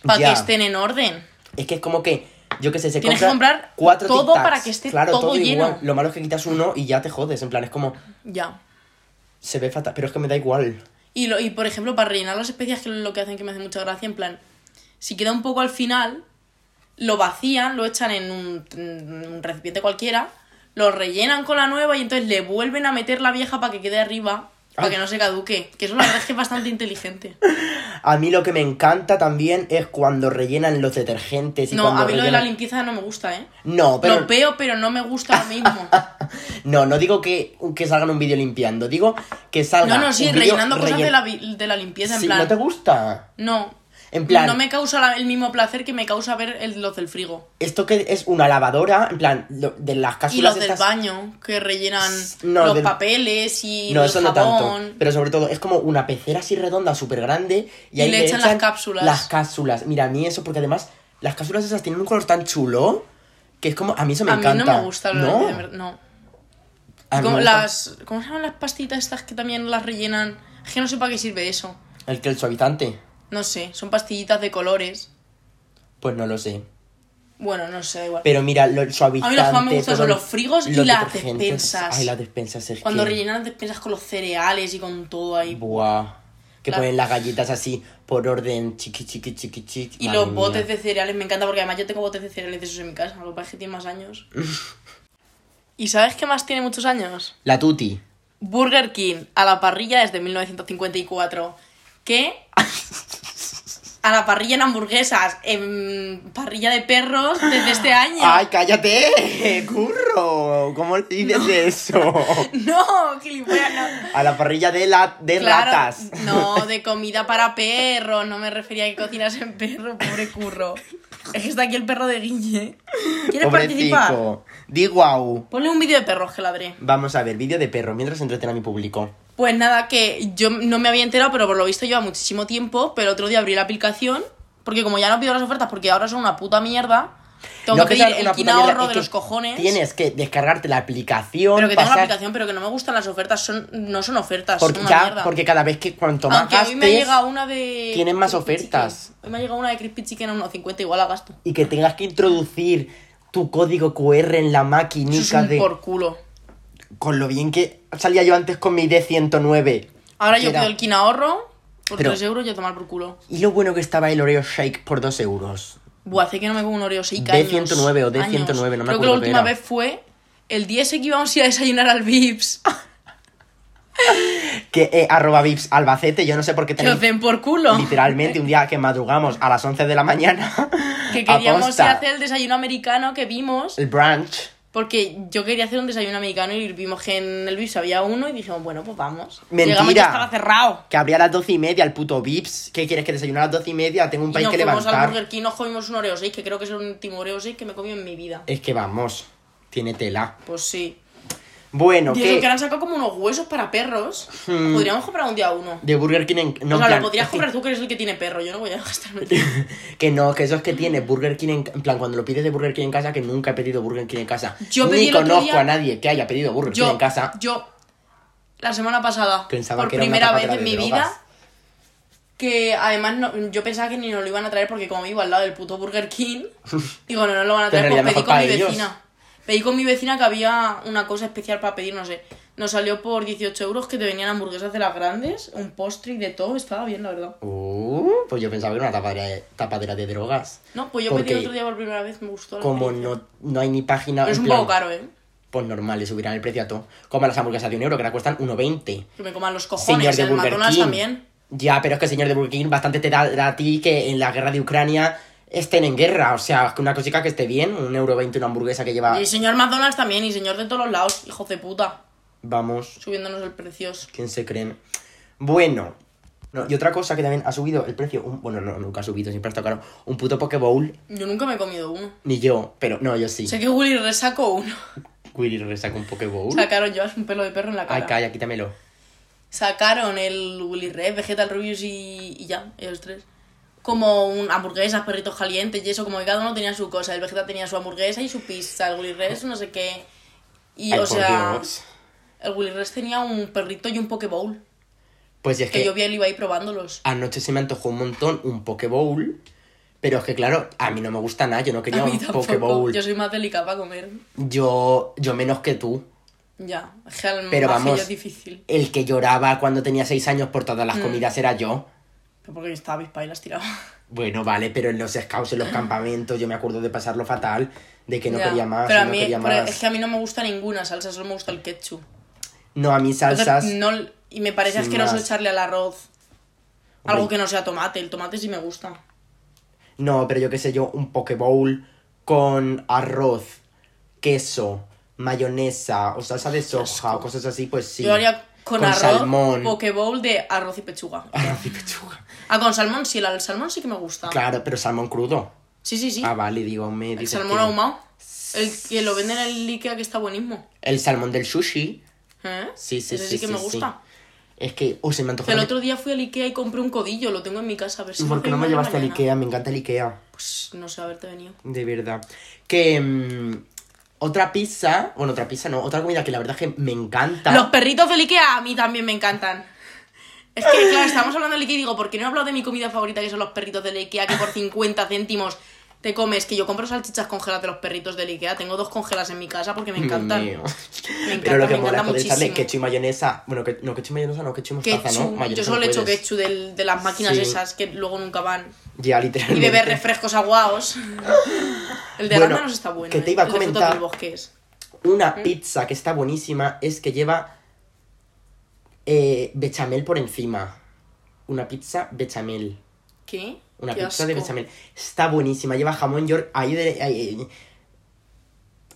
Speaker 2: para
Speaker 1: Ya.
Speaker 2: que estén en orden.
Speaker 1: Es que es como que, yo qué sé, se
Speaker 2: Tienes que
Speaker 1: compra
Speaker 2: comprar
Speaker 1: cuatro
Speaker 2: todo
Speaker 1: Tic Tacs.
Speaker 2: para que esté
Speaker 1: claro,
Speaker 2: todo lleno.
Speaker 1: igual. Lo malo es que quitas uno y ya te jodes. En plan, es como,
Speaker 2: Ya.
Speaker 1: se ve fatal, pero es que me da igual.
Speaker 2: Y, lo, y por ejemplo, para rellenar las especias, que es lo que hacen que me hace mucha gracia, en plan, si queda un poco al final, lo vacían, lo echan en un, en un recipiente cualquiera, lo rellenan con la nueva y entonces le vuelven a meter la vieja para que quede arriba, para
Speaker 1: Ah.
Speaker 2: que no se caduque. Que eso la verdad es que es bastante inteligente.
Speaker 1: A mí lo que me encanta también es cuando rellenan los detergentes y
Speaker 2: no,
Speaker 1: cuando
Speaker 2: a mí lo de la
Speaker 1: rellenan-
Speaker 2: limpieza no me gusta, ¿eh?
Speaker 1: No, pero...
Speaker 2: Lo veo, pero no me gusta lo mismo.
Speaker 1: No, no digo que, que salgan un vídeo limpiando, digo que salgan
Speaker 2: No, no, sí, rellenando cosas de la, vi- de la limpieza, en plan.
Speaker 1: ¿No te gusta?
Speaker 2: No.
Speaker 1: En plan-
Speaker 2: No me causa la- el mismo placer que me causa ver el, los del frigo.
Speaker 1: Esto que es una lavadora, en plan, lo- de las
Speaker 2: Y
Speaker 1: cápsulas
Speaker 2: los del
Speaker 1: estas-
Speaker 2: baño, que rellenan
Speaker 1: No,
Speaker 2: los
Speaker 1: del-
Speaker 2: papeles y
Speaker 1: No,
Speaker 2: el
Speaker 1: eso no
Speaker 2: jabón.
Speaker 1: tanto. Pero sobre todo, es como una pecera así redonda, súper grande. Y,
Speaker 2: Y
Speaker 1: ahí
Speaker 2: le echan las cápsulas.
Speaker 1: Las cápsulas. Mira, a mí eso, porque además, las cápsulas esas tienen un color tan chulo que es como. A mí eso me
Speaker 2: a mí
Speaker 1: encanta.
Speaker 2: no me gusta lo
Speaker 1: No,
Speaker 2: de verdad, no.
Speaker 1: a mí
Speaker 2: Como
Speaker 1: me gusta
Speaker 2: las, ¿Cómo se llaman las pastitas estas que también las rellenan? Es que no sé para qué sirve eso.
Speaker 1: El que el suavizante.
Speaker 2: No sé, son pastillitas de colores.
Speaker 1: Pues no lo sé.
Speaker 2: Bueno, no sé, da igual.
Speaker 1: Pero mira, los
Speaker 2: que
Speaker 1: suavizantes.
Speaker 2: más me gustan son
Speaker 1: todo-
Speaker 2: los frigos y las
Speaker 1: detergentes.
Speaker 2: despensas.
Speaker 1: Ay, las despensas es
Speaker 2: Cuando
Speaker 1: que-
Speaker 2: rellenan las despensas con los cereales y con todo ahí.
Speaker 1: Buah. Que
Speaker 2: La-
Speaker 1: ponen las galletas así por orden, chiqui, chiqui, chiqui, chiqui.
Speaker 2: Y
Speaker 1: Madre
Speaker 2: los
Speaker 1: mía.
Speaker 2: botes de cereales, me encanta porque además yo tengo botes de cereales de esos en mi casa, lo que pasa es que tiene más años. ¿Y sabes qué más tiene muchos años?
Speaker 1: La tuti.
Speaker 2: Burger King a la parrilla desde 1954. Que a la parrilla en hamburguesas, en parrilla de perros desde este año.
Speaker 1: ¡Ay, cállate! ¡Curro! ¿Cómo dices eso?
Speaker 2: No, gilipollas, no.
Speaker 1: A la parrilla de, la, de
Speaker 2: Claro,
Speaker 1: ratas.
Speaker 2: No, de comida para perros. No me refería a que cocinas en perro, pobre curro. Es que está aquí el perro de Guille. ¿Quieres participar?
Speaker 1: Pobrecico. Di guau.
Speaker 2: Ponle un vídeo de perros que ladré.
Speaker 1: Vamos a ver, vídeo de perro mientras entreten a mi público.
Speaker 2: Pues nada, que yo no me había enterado, pero por lo visto lleva muchísimo tiempo. Pero otro día abrí la aplicación, porque como ya no pido las ofertas, porque ahora son una puta mierda, tengo
Speaker 1: No
Speaker 2: que
Speaker 1: sean
Speaker 2: pedir el
Speaker 1: una
Speaker 2: kin
Speaker 1: puta mierda,
Speaker 2: ahorro
Speaker 1: es
Speaker 2: de
Speaker 1: que
Speaker 2: los cojones.
Speaker 1: Tienes que descargarte la aplicación.
Speaker 2: pero que tengo la
Speaker 1: pasar-
Speaker 2: aplicación, pero que no me gustan las ofertas, son, no son ofertas,
Speaker 1: Porque,
Speaker 2: son una
Speaker 1: ya,
Speaker 2: mierda.
Speaker 1: porque cada vez que cuanto más
Speaker 2: Aunque a mí me ha
Speaker 1: gastes
Speaker 2: llegado una de.
Speaker 1: tienen más
Speaker 2: Crispy
Speaker 1: ofertas.
Speaker 2: Chicken. Hoy me ha llegado una de Crispy Chicken a 1,50, igual la gasto.
Speaker 1: y que tengas que introducir tu código QR en la maquinita
Speaker 2: Eso es un
Speaker 1: de...
Speaker 2: por culo.
Speaker 1: Con lo bien que salía yo antes con mi D109.
Speaker 2: Ahora
Speaker 1: que
Speaker 2: yo
Speaker 1: era-
Speaker 2: pido el kin ahorro, por
Speaker 1: Pero-
Speaker 2: 3 euros, yo tomar por culo.
Speaker 1: Y lo bueno que estaba el Oreo Shake por 2 euros.
Speaker 2: Buah, hace que no me como un Oreo 6
Speaker 1: D 109 o D 109, no me
Speaker 2: Creo que
Speaker 1: acuerdo
Speaker 2: la
Speaker 1: qué
Speaker 2: última
Speaker 1: era.
Speaker 2: vez fue el 10 que íbamos a ir a desayunar al Vips.
Speaker 1: Ah, Que eh, arroba vips albacete, yo no sé por qué
Speaker 2: Que os
Speaker 1: tenéis
Speaker 2: den por culo.
Speaker 1: Literalmente, un día que madrugamos a las 11 de la mañana.
Speaker 2: Que queríamos ir
Speaker 1: aposta,
Speaker 2: a hacer el desayuno americano que vimos.
Speaker 1: El brunch.
Speaker 2: Porque yo quería hacer un desayuno americano y vimos que en el Vips había uno y dijimos, bueno, pues vamos.
Speaker 1: Mentira.
Speaker 2: Llegamos y ya estaba cerrado.
Speaker 1: Que abría a las 12 y media el puto Vips. ¿Qué quieres que desayunar a las 12 y media? Tengo un
Speaker 2: Y
Speaker 1: país
Speaker 2: nos
Speaker 1: que
Speaker 2: fuimos al
Speaker 1: levantar.
Speaker 2: Burger King, nos comimos un Oreo 6, que creo que es el último Oreo 6 que me he comido en mi vida.
Speaker 1: Es que vamos, tiene tela.
Speaker 2: Pues sí.
Speaker 1: Bueno,
Speaker 2: Dijeron que
Speaker 1: que
Speaker 2: han sacado como unos huesos para perros. Podríamos comprar un día uno.
Speaker 1: de Burger King en. No, en
Speaker 2: o sea,
Speaker 1: plan,
Speaker 2: lo podrías
Speaker 1: es que-
Speaker 2: comprar tú que eres el que tiene perro. Yo no voy a gastarme.
Speaker 1: Que no, que eso es que tiene Burger King en, en plan cuando lo pides de Burger King en casa, que nunca he pedido Burger King en casa.
Speaker 2: Yo pedí
Speaker 1: Ni
Speaker 2: el otro
Speaker 1: conozco
Speaker 2: día-
Speaker 1: a nadie que haya pedido Burger King en casa.
Speaker 2: Yo, la semana pasada,
Speaker 1: Pensaba
Speaker 2: por
Speaker 1: que era una
Speaker 2: primera vez
Speaker 1: tapatera
Speaker 2: en
Speaker 1: de
Speaker 2: mi
Speaker 1: drogas.
Speaker 2: vida, que además no- yo pensaba que ni nos lo iban a traer porque como vivo al lado del puto Burger King, digo, no nos lo van a
Speaker 1: Pero en realidad
Speaker 2: traer, pues pedí
Speaker 1: mejor
Speaker 2: con mi
Speaker 1: para ellos.
Speaker 2: vecina. Pedí con mi vecina que había una cosa especial para pedir, no sé. Nos salió por 18 euros que te venían hamburguesas de las grandes, un postre y de todo, estaba bien, la verdad.
Speaker 1: Uh, pues yo pensaba que era una tapadera de, tapadera de drogas.
Speaker 2: No, pues yo
Speaker 1: Porque
Speaker 2: pedí otro día por primera vez, me gustó. la
Speaker 1: Como
Speaker 2: experiencia.
Speaker 1: no, no hay ni página.
Speaker 2: Pero es
Speaker 1: en
Speaker 2: un
Speaker 1: plan,
Speaker 2: poco caro, ¿eh?
Speaker 1: Pues normal, le subirán el precio a todo. Como las hamburguesas de un euro, que ahora cuestan 1,20.
Speaker 2: Que me coman los
Speaker 1: Señor
Speaker 2: cojones,
Speaker 1: de
Speaker 2: el
Speaker 1: Burger
Speaker 2: McDonald's
Speaker 1: King.
Speaker 2: también.
Speaker 1: Ya, pero es que señor de Burger King bastante te da, da a ti que en la guerra de Ucrania estén en guerra. O sea, que una cosita que esté bien, un euro veinte una hamburguesa que lleva...
Speaker 2: Y señor McDonald's también, y señor de todos los lados, hijo de puta.
Speaker 1: Vamos,
Speaker 2: subiéndonos el precios.
Speaker 1: ¿quién se creen? Bueno. no, y otra cosa que también ha subido el precio... un- bueno, no, nunca ha subido, siempre ha estado caro. Un puto Pokéball,
Speaker 2: Yo nunca me he comido uno.
Speaker 1: ni yo, pero... No, yo sí.
Speaker 2: Sé que Willy resacó uno.
Speaker 1: Willy resaca un Pokéball.
Speaker 2: Sacaron yo un pelo de perro en la
Speaker 1: Ay,
Speaker 2: cara.
Speaker 1: calla, quítamelo.
Speaker 2: Sacaron el Willy Red, Vegetal Rubius y, y ya, ellos tres. Como un hamburguesas, perritos calientes y eso, como que cada uno tenía su cosa. El Vegetal tenía su hamburguesa y su pizza, el Willy Red, su no sé qué. Y
Speaker 1: Ay,
Speaker 2: o
Speaker 1: por
Speaker 2: sea,
Speaker 1: Dios.
Speaker 2: El Willy Rex tenía un perrito y un Pokéball.
Speaker 1: Pues es
Speaker 2: Que
Speaker 1: que
Speaker 2: yo vi a él iba ahí probándolos.
Speaker 1: anoche se me antojó un montón un Pokébowl. Pero es que, claro, a mí no me gusta nada. Yo no quería
Speaker 2: A mí
Speaker 1: un
Speaker 2: tampoco.
Speaker 1: Pokébowl.
Speaker 2: Yo soy más delicada para comer.
Speaker 1: Yo, yo menos que tú.
Speaker 2: Ya. Es que al
Speaker 1: Pero
Speaker 2: majillo
Speaker 1: vamos.
Speaker 2: es difícil.
Speaker 1: El que lloraba cuando tenía seis años por todas
Speaker 2: Mm.
Speaker 1: las comidas era yo.
Speaker 2: Pero porque yo estaba avispa y las tiraba.
Speaker 1: Bueno, vale, pero en los scouts, en los campamentos, yo me acuerdo de pasarlo fatal, de que no
Speaker 2: Ya.
Speaker 1: quería más,
Speaker 2: Pero a
Speaker 1: no
Speaker 2: mí,
Speaker 1: quería
Speaker 2: pero
Speaker 1: más.
Speaker 2: es que a mí no me gusta ninguna salsa, solo me gusta el ketchup.
Speaker 1: No, a mí
Speaker 2: Entonces,
Speaker 1: salsas.
Speaker 2: no, y me parece
Speaker 1: sin
Speaker 2: asqueroso
Speaker 1: más.
Speaker 2: echarle al arroz
Speaker 1: Hombre.
Speaker 2: algo que no sea tomate. El tomate sí me gusta.
Speaker 1: No, pero yo qué sé yo, un poke bowl con arroz, queso, mayonesa o salsa de soja
Speaker 2: asco.
Speaker 1: o cosas así, pues sí.
Speaker 2: Yo haría con, arroz,
Speaker 1: salmón.
Speaker 2: pokeball de arroz y pechuga.
Speaker 1: Arroz y pechuga.
Speaker 2: Ah, con salmón sí, el al salmón sí que me gusta.
Speaker 1: Claro, pero salmón crudo.
Speaker 2: Sí, sí, sí.
Speaker 1: Ah, vale, digo, me
Speaker 2: el
Speaker 1: dices
Speaker 2: salmón
Speaker 1: que-
Speaker 2: ahumado. El que lo venden en el Ikea que está buenísimo.
Speaker 1: El salmón del sushi.
Speaker 2: ¿Eh?
Speaker 1: Sí, sí,
Speaker 2: Ese
Speaker 1: sí.
Speaker 2: sí que
Speaker 1: sí,
Speaker 2: me
Speaker 1: sí.
Speaker 2: gusta.
Speaker 1: Es que, oh, se me antojó.
Speaker 2: El
Speaker 1: la-
Speaker 2: otro día fui al Ikea y compré un codillo, lo tengo en mi casa, a ver si...
Speaker 1: ¿Y por qué no me
Speaker 2: voy
Speaker 1: llevaste al
Speaker 2: mañana.
Speaker 1: Ikea? Me encanta el Ikea.
Speaker 2: Pues no sé haberte venido.
Speaker 1: De verdad. Que. mm, otra pizza. Bueno, otra pizza no. Otra comida que la verdad es que me encanta.
Speaker 2: Los perritos del Ikea a mí también me encantan. Es que, claro, estamos hablando del Ikea y digo, ¿por qué no he hablado de mi comida favorita que son los perritos del Ikea que por 50 céntimos te comes? Que yo compro salchichas congeladas de los perritos del Ikea. Tengo dos congelas en mi casa porque me
Speaker 1: Dios
Speaker 2: encantan.
Speaker 1: mío.
Speaker 2: Me encanta,
Speaker 1: Pero lo que
Speaker 2: me
Speaker 1: mola es
Speaker 2: encanta
Speaker 1: poder echarle
Speaker 2: muchísimo.
Speaker 1: ketchup y mayonesa. Bueno, que, no ketchup y mayonesa, no ketchup y mostaza, ¿no?
Speaker 2: Ketchup.
Speaker 1: Mayonesa
Speaker 2: Yo solo
Speaker 1: no
Speaker 2: he hecho
Speaker 1: puedes.
Speaker 2: ketchup del- de las máquinas
Speaker 1: Sí.
Speaker 2: esas que luego nunca van.
Speaker 1: Ya,
Speaker 2: Y
Speaker 1: literalmente.
Speaker 2: beber refrescos aguados. El de
Speaker 1: Bueno,
Speaker 2: arándanos está bueno.
Speaker 1: que te
Speaker 2: ¿eh?
Speaker 1: iba a
Speaker 2: El de frutas
Speaker 1: comentar-
Speaker 2: del bosque es.
Speaker 1: Una
Speaker 2: Mm.
Speaker 1: pizza que está buenísima es que lleva. Eh, bechamel por encima. Una pizza bechamel.
Speaker 2: ¿Qué?
Speaker 1: Una
Speaker 2: Qué
Speaker 1: pizza de
Speaker 2: asco.
Speaker 1: bechamel. Está buenísima. Lleva jamón york. Ahí de. ahí- ahí-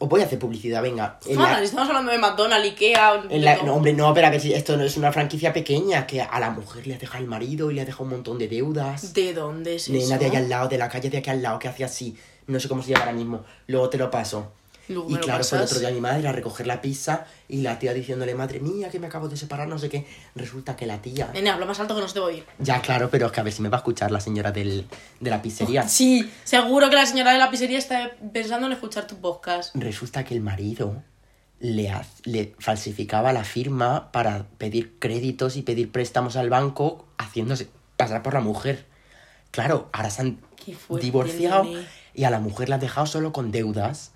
Speaker 1: Os voy a hacer publicidad, venga. En la-
Speaker 2: Ah, estamos hablando de McDonald's, Ikea. de
Speaker 1: En la-
Speaker 2: todo.
Speaker 1: no, hombre, no, pero a ver si esto no es una franquicia pequeña que a la mujer le ha dejado el marido y le ha dejado un montón de deudas.
Speaker 2: ¿De dónde es
Speaker 1: Nena
Speaker 2: eso?
Speaker 1: de allá al lado, de la calle de aquí al lado, que hacía así. No sé cómo se llama ahora mismo. Luego te lo paso.
Speaker 2: Luego
Speaker 1: y
Speaker 2: me lo
Speaker 1: claro, fue el
Speaker 2: pasas.
Speaker 1: otro día mi madre a recoger la pizza y la tía diciéndole, madre mía, que me acabo de separar, no sé qué. Resulta que la tía.
Speaker 2: Nene, habla más alto que no se te va a oír.
Speaker 1: Ya, claro, pero es que a ver si me va a escuchar la señora del, de la pizzería.
Speaker 2: Sí, seguro que la señora de la pizzería está pensando en escuchar tus podcast.
Speaker 1: Resulta que el marido le, haz- le falsificaba la firma para pedir créditos y pedir préstamos al banco haciéndose pasar por la mujer. Claro, ahora se han
Speaker 2: Qué fuerte,
Speaker 1: divorciado
Speaker 2: nene.
Speaker 1: y a la mujer la han dejado solo con deudas.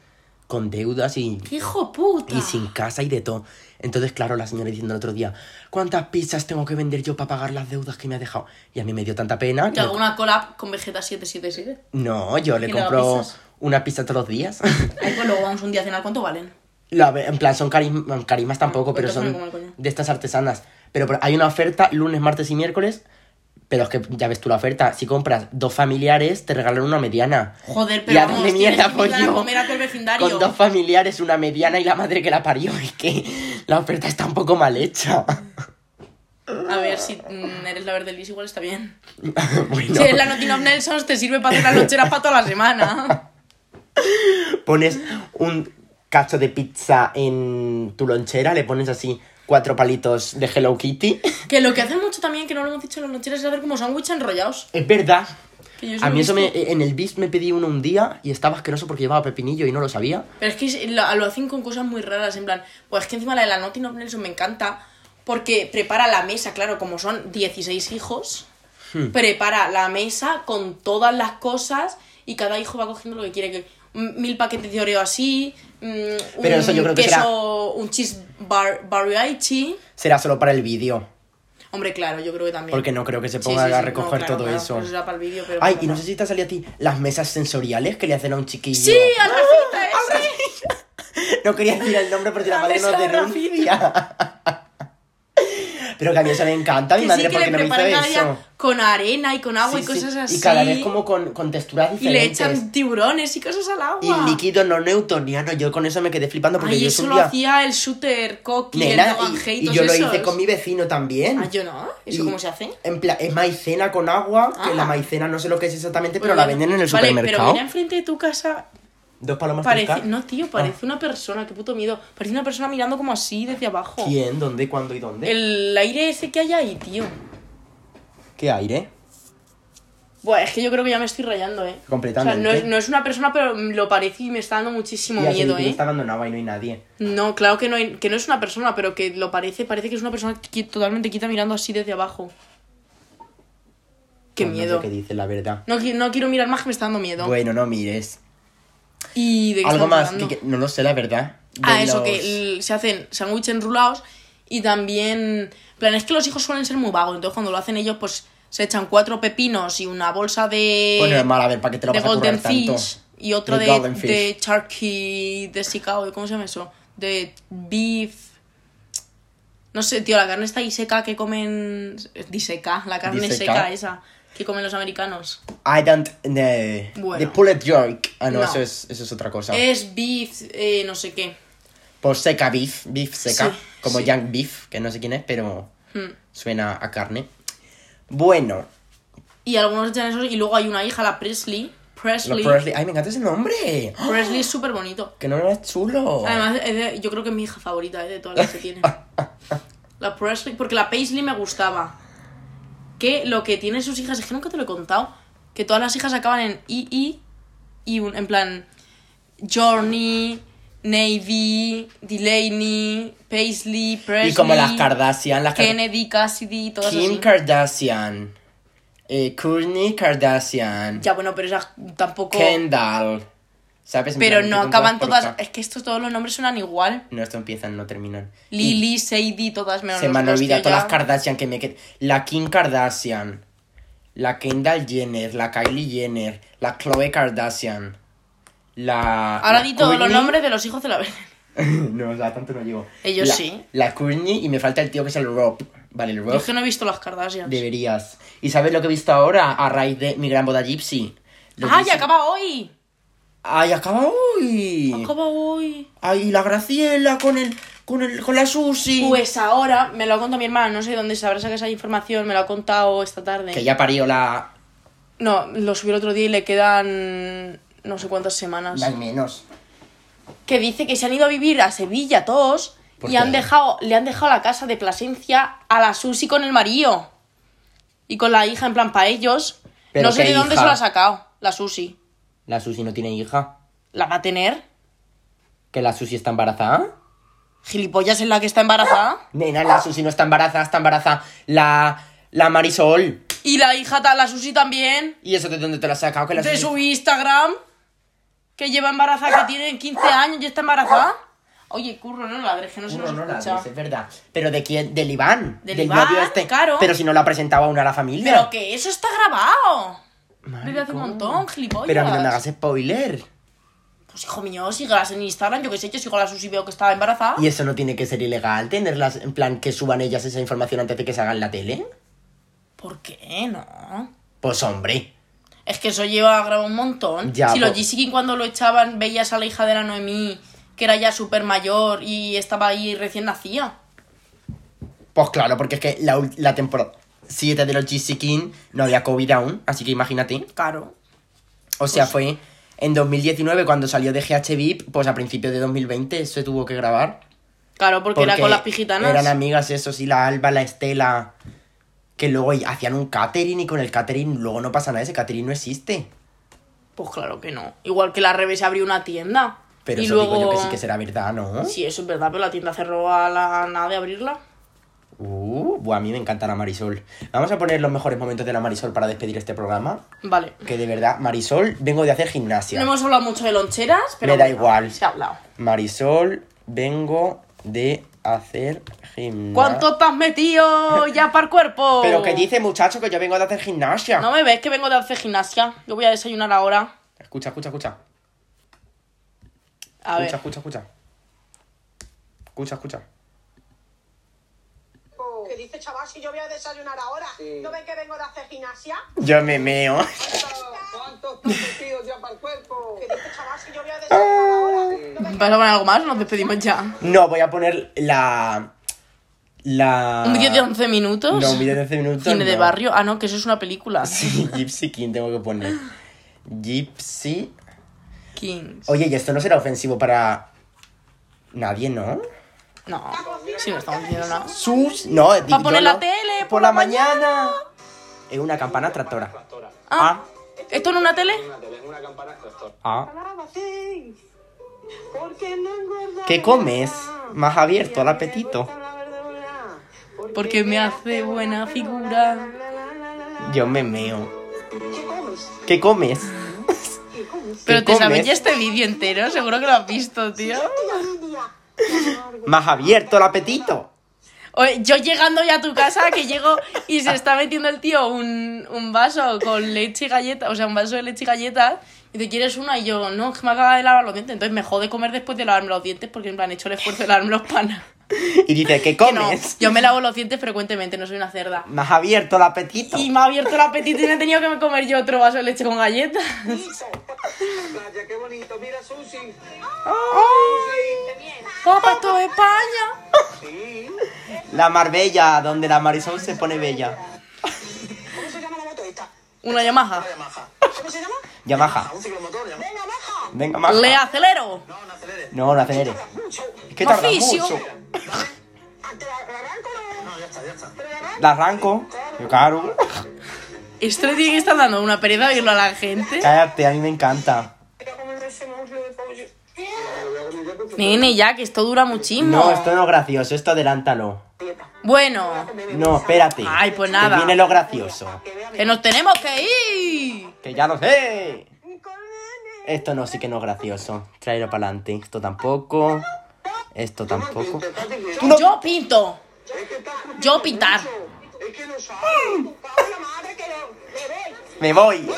Speaker 1: Con deudas y,
Speaker 2: ¡Qué hijo puta!
Speaker 1: y sin casa y de todo. Entonces, claro, la señora diciendo el otro día, ¿cuántas pizzas tengo que vender yo para pagar las deudas que me ha dejado? Y a mí me dio tanta pena.
Speaker 2: Que
Speaker 1: que-
Speaker 2: hago una collab con Vegeta 777.
Speaker 1: No, yo le
Speaker 2: ¿Y le da
Speaker 1: compro
Speaker 2: pizzas?
Speaker 1: una pizza todos los días.
Speaker 2: Ahí pues luego vamos un día a cenar. ¿Cuánto valen?
Speaker 1: La ve- en plan, son carism- bueno, carismas tampoco, pero
Speaker 2: Cuentas una como
Speaker 1: son
Speaker 2: el Ah, coño.
Speaker 1: de estas artesanas. Pero por- hay una oferta lunes, martes y miércoles. Pero es que ya ves tú la oferta. Si compras dos familiares, te regalan una mediana.
Speaker 2: Joder,
Speaker 1: Y
Speaker 2: pero
Speaker 1: a
Speaker 2: vamos,
Speaker 1: dónde
Speaker 2: tienes
Speaker 1: mierda
Speaker 2: que
Speaker 1: voy
Speaker 2: invitar a
Speaker 1: yo?
Speaker 2: comer a todo el vecindario.
Speaker 1: Con dos familiares, una mediana y la madre que la parió. Es que la oferta está un poco mal hecha.
Speaker 2: A ver, si mm, eres la verde Liz igual está bien.
Speaker 1: bueno,
Speaker 2: Si eres la Notting of Nelsons te sirve para hacer las loncheras para toda la semana.
Speaker 1: pones un cacho de pizza en tu lonchera, le pones así cuatro palitos de Hello Kitty.
Speaker 2: Que lo que hacen mucho también, que no lo hemos dicho en las loncheras, es hacer como sándwiches enrollados.
Speaker 1: Es verdad.
Speaker 2: Que yo eso
Speaker 1: A
Speaker 2: lo
Speaker 1: mí
Speaker 2: he
Speaker 1: eso
Speaker 2: visto.
Speaker 1: me. En el Beast me pedí uno un día y estaba asqueroso porque llevaba pepinillo y no lo sabía.
Speaker 2: Pero es que es- lo, lo hacen con cosas muy raras, en plan, pues es que encima la de la Notting of Nelson me encanta porque prepara la mesa, claro, como son 16 hijos,
Speaker 1: Hmm.
Speaker 2: prepara la mesa con todas las cosas y cada hijo va cogiendo lo que quiere, que mm, mil paquetes de Oreo así, mm, un
Speaker 1: Pero eso yo creo que será-
Speaker 2: queso, un cheese bar, variety.
Speaker 1: Será solo para el vídeo.
Speaker 2: Hombre, claro, yo creo que también.
Speaker 1: Porque no creo que se
Speaker 2: Sí,
Speaker 1: ponga
Speaker 2: sí,
Speaker 1: a
Speaker 2: sí, no,
Speaker 1: recoger
Speaker 2: claro,
Speaker 1: todo
Speaker 2: claro,
Speaker 1: eso.
Speaker 2: pues será para el vídeo, pero
Speaker 1: Ay,
Speaker 2: para
Speaker 1: y no
Speaker 2: nada.
Speaker 1: sé si te salió a ti las mesas sensoriales que le hacen a un chiquillo.
Speaker 2: Sí, al
Speaker 1: ¡Ah!
Speaker 2: eh, Rafita, ese.
Speaker 1: No quería decir el nombre porque la,
Speaker 2: La
Speaker 1: madre nos
Speaker 2: mesa de
Speaker 1: denuncia. Pero que a mí eso me encanta, a mi
Speaker 2: Que
Speaker 1: madre,
Speaker 2: sí que
Speaker 1: porque
Speaker 2: le
Speaker 1: no me hizo
Speaker 2: preparan cada día
Speaker 1: eso.
Speaker 2: con arena y con agua y
Speaker 1: Sí, sí.
Speaker 2: cosas así.
Speaker 1: Y cada vez como con, con texturas
Speaker 2: Y le
Speaker 1: diferentes.
Speaker 2: echan tiburones y cosas al agua.
Speaker 1: Y líquido no newtoniano. Yo con eso me quedé flipando porque
Speaker 2: Ay,
Speaker 1: yo
Speaker 2: eso
Speaker 1: subía.
Speaker 2: lo hacía el shooter Coqui, el
Speaker 1: Nena,
Speaker 2: Logan
Speaker 1: y,
Speaker 2: Hay,
Speaker 1: y
Speaker 2: todos
Speaker 1: yo lo
Speaker 2: esos.
Speaker 1: hice con mi vecino también.
Speaker 2: Ah, yo no. ¿Eso
Speaker 1: Y-
Speaker 2: cómo se hace?
Speaker 1: En pla- es maicena con agua, que
Speaker 2: Ah.
Speaker 1: la maicena no sé lo que es exactamente, pero
Speaker 2: Pues
Speaker 1: la
Speaker 2: vale.
Speaker 1: venden en el
Speaker 2: Vale,
Speaker 1: supermercado.
Speaker 2: pero mira enfrente de tu casa.
Speaker 1: Dos palomas
Speaker 2: Parece,
Speaker 1: cerca.
Speaker 2: no, tío, parece una persona, qué puto miedo. Parece una persona mirando como así desde abajo.
Speaker 1: Ah, ¿Quién? ¿Dónde? ¿Cuándo y dónde?
Speaker 2: El aire ese que hay ahí, tío.
Speaker 1: ¿Qué aire?
Speaker 2: Buah, es que yo creo que ya me estoy rayando, ¿eh?
Speaker 1: Completamente.
Speaker 2: O sea, no es, no es una persona, pero lo parece y me está dando muchísimo
Speaker 1: Y a
Speaker 2: miedo,
Speaker 1: Filipina
Speaker 2: ¿eh?
Speaker 1: está abandonada y no hay nadie.
Speaker 2: No, claro que no, hay- que no es una persona, pero que lo parece, parece que es una persona qui- totalmente quita mirando así desde abajo. Qué
Speaker 1: Pues
Speaker 2: miedo.
Speaker 1: No sé qué dice, la verdad.
Speaker 2: No, qui- no quiero mirar más, que me está dando miedo.
Speaker 1: Bueno, no mires.
Speaker 2: ¿Y de qué
Speaker 1: Algo
Speaker 2: estamos
Speaker 1: más, que,
Speaker 2: hablando?
Speaker 1: que- no lo sé, la verdad. De
Speaker 2: Ah, eso,
Speaker 1: los-
Speaker 2: que el- se hacen sándwiches enrulados y también... en plan, es que los hijos suelen ser muy vagos, entonces cuando lo hacen ellos, pues se echan cuatro pepinos y una bolsa de...
Speaker 1: Pues normal, a ver, ¿para qué te lo
Speaker 2: de
Speaker 1: vas a currar
Speaker 2: Golden
Speaker 1: tanto?
Speaker 2: Fish y otro
Speaker 1: De
Speaker 2: de,
Speaker 1: Golden Fish.
Speaker 2: de Turkey de Chicago, ¿cómo se llama eso? De Beef. No sé, tío, la carne está diseca que comen. eh, Diseca, la carne
Speaker 1: Diseca.
Speaker 2: seca esa que comen los americanos.
Speaker 1: I don't know.
Speaker 2: Bueno.
Speaker 1: The pulled jerk. Ah, no,
Speaker 2: No.
Speaker 1: Eso, es, eso es otra cosa.
Speaker 2: Es beef, eh, no sé qué.
Speaker 1: Pues seca beef, beef seca,
Speaker 2: Sí,
Speaker 1: como
Speaker 2: sí.
Speaker 1: young beef, que no sé quién es, pero
Speaker 2: Hmm.
Speaker 1: suena a carne. Bueno,
Speaker 2: Y algunos echan eso. Y luego hay una hija, la Presley.
Speaker 1: los
Speaker 2: Presley.
Speaker 1: Presley. Ay, me encanta ese nombre.
Speaker 2: Presley es súper bonito.
Speaker 1: Que no es chulo.
Speaker 2: Además, es de- yo creo que es mi hija favorita eh, de todas las que tiene. La Presley, porque la Paisley me gustaba. Que lo que tienen sus hijas, es que nunca te lo he contado, que todas las hijas acaban en II y un- en plan Journey, Navy, Delaney, Paisley, Presley.
Speaker 1: y como las Kardashian, las Kar-
Speaker 2: Kennedy, Cassidy, todas
Speaker 1: Kim
Speaker 2: así.
Speaker 1: Kardashian, eh, Kourtney Kardashian,
Speaker 2: Ya, bueno, pero esas tampoco...
Speaker 1: Kendall. ¿Sabes? En
Speaker 2: pero
Speaker 1: plan,
Speaker 2: no
Speaker 1: empiezan
Speaker 2: acaban
Speaker 1: por
Speaker 2: todas...
Speaker 1: K.
Speaker 2: Es que estos todos los nombres suenan igual.
Speaker 1: No, esto empiezan, no terminan. Y
Speaker 2: Lily, Sadie, todas menos
Speaker 1: se me han
Speaker 2: nosotros,
Speaker 1: olvidado
Speaker 2: tío,
Speaker 1: todas
Speaker 2: ya.
Speaker 1: las Kardashian que me qued- La Kim Kardashian, la Kendall Jenner, la Kylie Jenner, la Chloe Kardashian, la.
Speaker 2: Ahora
Speaker 1: la
Speaker 2: di todos los
Speaker 1: Kourtney-
Speaker 2: nombres de los hijos de la Virgen.
Speaker 1: no, o sea, tanto no llego.
Speaker 2: Ellos
Speaker 1: La-
Speaker 2: sí.
Speaker 1: La Kourtney y me falta el tío que es el Rob. Vale, el
Speaker 2: Yo
Speaker 1: Rob.
Speaker 2: es que no he visto las Kardashians.
Speaker 1: Deberías. ¿Y sabes lo que he visto ahora? A raíz de mi gran boda Gypsy. Los
Speaker 2: ¡Ay,
Speaker 1: Gypsy-
Speaker 2: acaba hoy!
Speaker 1: ¡Ay, acaba hoy!
Speaker 2: Acaba hoy.
Speaker 1: ¡Ay, la Graciela con el. con el. con la Susi!
Speaker 2: Pues ahora me lo ha contado mi hermana, no sé dónde se habrá sacado esa información, me lo ha contado esta tarde.
Speaker 1: Que ya parió la.
Speaker 2: No, lo subí el otro día y le quedan no sé cuántas semanas.
Speaker 1: Las menos.
Speaker 2: Que dice que se han ido a vivir a Sevilla todos
Speaker 1: ¿Por
Speaker 2: y
Speaker 1: qué?
Speaker 2: han dejado, le han dejado la casa de Plasencia a la Susi con el marido. Y con la hija, en plan, para ellos.
Speaker 1: ¿Pero
Speaker 2: No sé
Speaker 1: qué
Speaker 2: de dónde
Speaker 1: hija?
Speaker 2: se lo ha sacado la Susi.
Speaker 1: La Susi no tiene hija.
Speaker 2: ¿La va a tener?
Speaker 1: ¿Que la Susi está embarazada?
Speaker 2: ¿Gilipollas en la que está embarazada?
Speaker 1: Nena, la Susi no está embarazada, está embarazada. La. la Marisol.
Speaker 2: Y la hija, ta- la Susi también.
Speaker 1: ¿Y eso de dónde te lo has sacado? Que la
Speaker 2: de
Speaker 1: Susi-
Speaker 2: su Instagram que lleva embarazada, que tiene 15 años y está embarazada. Oye, curro, no ladres, que no se
Speaker 1: Uno
Speaker 2: nos
Speaker 1: no la
Speaker 2: escucha.
Speaker 1: ves, es verdad. Pero de quién? Del Iván.
Speaker 2: Del Iván, claro.
Speaker 1: Pero si no la presentaba aún a la familia.
Speaker 2: Pero que eso está grabado.
Speaker 1: Marico.
Speaker 2: Desde hace un montón, gilipollas.
Speaker 1: Pero a mí no me hagas spoiler.
Speaker 2: Pues hijo mío, síguelas en Instagram, yo qué sé, yo sigo a la Susi y veo que estaba embarazada.
Speaker 1: Y eso no tiene que ser ilegal, tenerlas en plan que suban ellas esa información antes de que se haga en la tele.
Speaker 2: ¿Por qué no?
Speaker 1: Pues hombre.
Speaker 2: Es que eso lleva grabado un montón.
Speaker 1: Ya,
Speaker 2: si los
Speaker 1: po-
Speaker 2: g King cuando lo echaban veías a la hija de la Noemí, que era ya súper mayor y estaba ahí recién nacida.
Speaker 1: Pues claro, porque es que la, ul- la temporada 7 de los GC King no había COVID aún, así que imagínate.
Speaker 2: Claro.
Speaker 1: O sea, fue en 2019 cuando salió de GH VIP, pues a principios de 2020 se tuvo que grabar.
Speaker 2: Claro, porque, era con las pijitanas.
Speaker 1: Eran amigas, eso sí, la Alba, la Estela. Que luego y- hacían un catering y con el catering luego no pasa nada, ese catering no existe.
Speaker 2: Pues claro que no. Igual que la Rebe se abrió una tienda.
Speaker 1: Pero
Speaker 2: y
Speaker 1: eso
Speaker 2: luego...
Speaker 1: digo yo que sí que será verdad, ¿no?
Speaker 2: Sí, eso es verdad, pero la tienda cerró a la nada de abrirla.
Speaker 1: Uh, buah, a mí me encanta la Marisol. Vamos a poner los mejores momentos de la Marisol para despedir este programa.
Speaker 2: Vale.
Speaker 1: Que de verdad, Marisol, vengo de hacer gimnasia.
Speaker 2: No hemos hablado mucho de loncheras, pero.
Speaker 1: Me da
Speaker 2: bueno,
Speaker 1: igual.
Speaker 2: Se ha hablado.
Speaker 1: Marisol, vengo de hacer gimnasia.
Speaker 2: ¿Cuánto te has metido ya para el cuerpo?
Speaker 1: Pero que dice, muchacho, que yo vengo de hacer gimnasia.
Speaker 2: No me ves que vengo de hacer gimnasia. Yo voy a desayunar ahora.
Speaker 1: Escucha, escucha, escucha.
Speaker 2: A ver.
Speaker 1: escucha, escucha, escucha. Escucha, escucha.
Speaker 4: ¿Qué dice chaval? Si yo voy a desayunar ahora. ¿No ven que vengo de hacer gimnasia?
Speaker 1: Yo me meo.
Speaker 5: ¿Cuántos partidos ya para el cuerpo?
Speaker 4: ¿Qué dice chaval? Si yo voy a desayunar ahora. ¿No ven
Speaker 2: ¿Vas a poner algo más? Nos despedimos ya.
Speaker 1: No, voy a poner la. La.
Speaker 2: ¿Un vídeo de 11 minutos?
Speaker 1: Ah, No, un vídeo de 11 minutos.
Speaker 2: Cine de
Speaker 1: no.
Speaker 2: barrio. Ah, no, que eso es una película.
Speaker 1: Sí, Gypsy King tengo que poner. Gypsy.
Speaker 2: Kings.
Speaker 1: Oye, y esto no será ofensivo para. Nadie, ¿no?
Speaker 2: No. Sí, no estamos diciendo nada.
Speaker 1: Sus. No, digo.
Speaker 2: poner la tele,
Speaker 1: Por la mañana. Es una campana tractora.
Speaker 2: Ah. ¿Esto en una tele?
Speaker 5: Una tele, una campana tractor.
Speaker 1: Ah.
Speaker 4: Alábate, porque no engorda
Speaker 1: ¿Qué
Speaker 4: la
Speaker 1: comes?
Speaker 4: grasa.
Speaker 1: Más abierto el
Speaker 4: Y a mí me
Speaker 1: apetito.
Speaker 4: gusta la verdura,
Speaker 2: Porque me hace buena figura.
Speaker 1: Yo me meo.
Speaker 4: ¿Qué comes?
Speaker 1: ¿Qué comes?
Speaker 4: ¿Qué comes?
Speaker 2: Pero te
Speaker 1: comes?
Speaker 2: sabes ya este vídeo entero, seguro que lo has visto, tío.
Speaker 1: Más abierto el apetito.
Speaker 2: Oye, yo llegando ya a tu casa, que llego y se está metiendo el tío un, un vaso con leche y galletas, o sea, un vaso de leche y galletas, y te quieres una, y yo, no, es que me acaba de lavar los dientes, entonces me jode comer después de lavarme los dientes, porque en plan he hecho el esfuerzo de lavarme los panas.
Speaker 1: Y dice, ¿qué
Speaker 2: Que no,
Speaker 1: comes?
Speaker 2: yo me lavo los dientes frecuentemente, no soy una cerda.
Speaker 1: Más abierto el apetito.
Speaker 2: Y me ha abierto el apetito y me he tenido que comer yo otro vaso de leche con galletas.
Speaker 5: Playa, qué bonito. Mira, Susi.
Speaker 2: Papá, esto es España.
Speaker 1: La Marbella, donde la Marisol se pone bella.
Speaker 4: ¿Cómo se llama la moto esta?
Speaker 2: Una Yamaha.
Speaker 5: Maja.
Speaker 4: ¿Cómo se llama?
Speaker 1: Yamaha.
Speaker 5: Un ciclomotor, ya.
Speaker 4: ¡Venga, baja!
Speaker 1: Venga, Maja.
Speaker 2: Le acelero.
Speaker 5: No, no aceleres.
Speaker 1: No, no acelere.
Speaker 4: Mucho.
Speaker 1: Es que tarda
Speaker 2: Oficio.
Speaker 1: mucho.
Speaker 4: ¿Te la la arranco o no?
Speaker 5: No, ya está, ya está.
Speaker 4: ¿Te la arranco?
Speaker 1: La arranco. Yo, claro.
Speaker 2: Esto le tiene que estar dando una pereza verlo a la gente.
Speaker 1: Cállate, a mí me encanta.
Speaker 4: Mira cómo me hace muslo de pollo.
Speaker 2: Nene, ya, que esto dura muchísimo.
Speaker 1: No, esto no es gracioso, esto adelántalo.
Speaker 2: Bueno,
Speaker 1: No, espérate.
Speaker 2: Ay, pues
Speaker 1: Que
Speaker 2: nada.
Speaker 1: viene lo gracioso.
Speaker 2: que nos tenemos que ir.
Speaker 1: Que ya lo sé. Esto no, sí que no es gracioso. Traerlo para adelante. Esto tampoco. Esto tampoco. No.
Speaker 2: Yo pinto. Yo pintar.
Speaker 5: Es que no sabes.
Speaker 4: ¡Paola, madre, que lo- me voy!
Speaker 1: Me voy.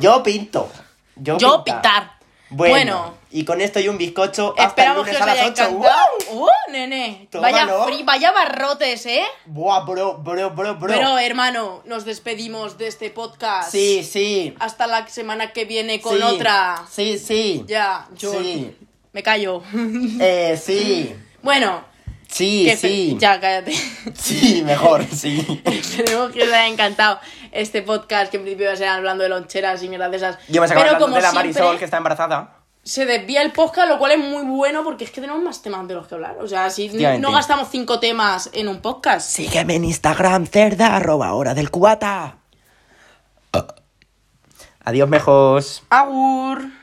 Speaker 1: Yo pinto. Yo,
Speaker 2: Yo
Speaker 1: pinta.
Speaker 2: pintar.
Speaker 1: Bueno,
Speaker 2: Bueno.
Speaker 1: Y con esto y un bizcocho. Hasta el
Speaker 2: Esperamos que
Speaker 1: lunes
Speaker 2: os
Speaker 1: a las
Speaker 2: haya
Speaker 1: 8.
Speaker 2: encantado. ¡Uh, nene! Vaya,
Speaker 1: Tómalo.
Speaker 2: fri- vaya barrotes, ¿eh?
Speaker 1: Buah, bro, bro, bro, bro.
Speaker 2: Pero, hermano, nos despedimos de este podcast.
Speaker 1: Sí, sí.
Speaker 2: Hasta la semana que viene con
Speaker 1: sí.
Speaker 2: otra.
Speaker 1: Sí, sí.
Speaker 2: Ya, yo
Speaker 1: Sí.
Speaker 2: me callo.
Speaker 1: Eh, sí.
Speaker 2: bueno,
Speaker 1: Sí,
Speaker 2: que fe-
Speaker 1: sí.
Speaker 2: ya cállate.
Speaker 1: Sí, mejor, sí.
Speaker 2: Esperemos que os haya encantado este podcast que en principio va a ser hablando de loncheras y mierdas de esas.
Speaker 1: Yo me saco
Speaker 2: Pero
Speaker 1: hablando
Speaker 2: como
Speaker 1: de la
Speaker 2: siempre,
Speaker 1: Marisol que está embarazada.
Speaker 2: se desvía el podcast, lo cual es muy bueno porque es que tenemos más temas de los que hablar. O sea, si no,
Speaker 1: Efectivamente.
Speaker 2: gastamos cinco temas en un podcast.
Speaker 1: Sígueme en Instagram, cerda, arroba hora del cubata. Adiós, mejos.
Speaker 2: Agur.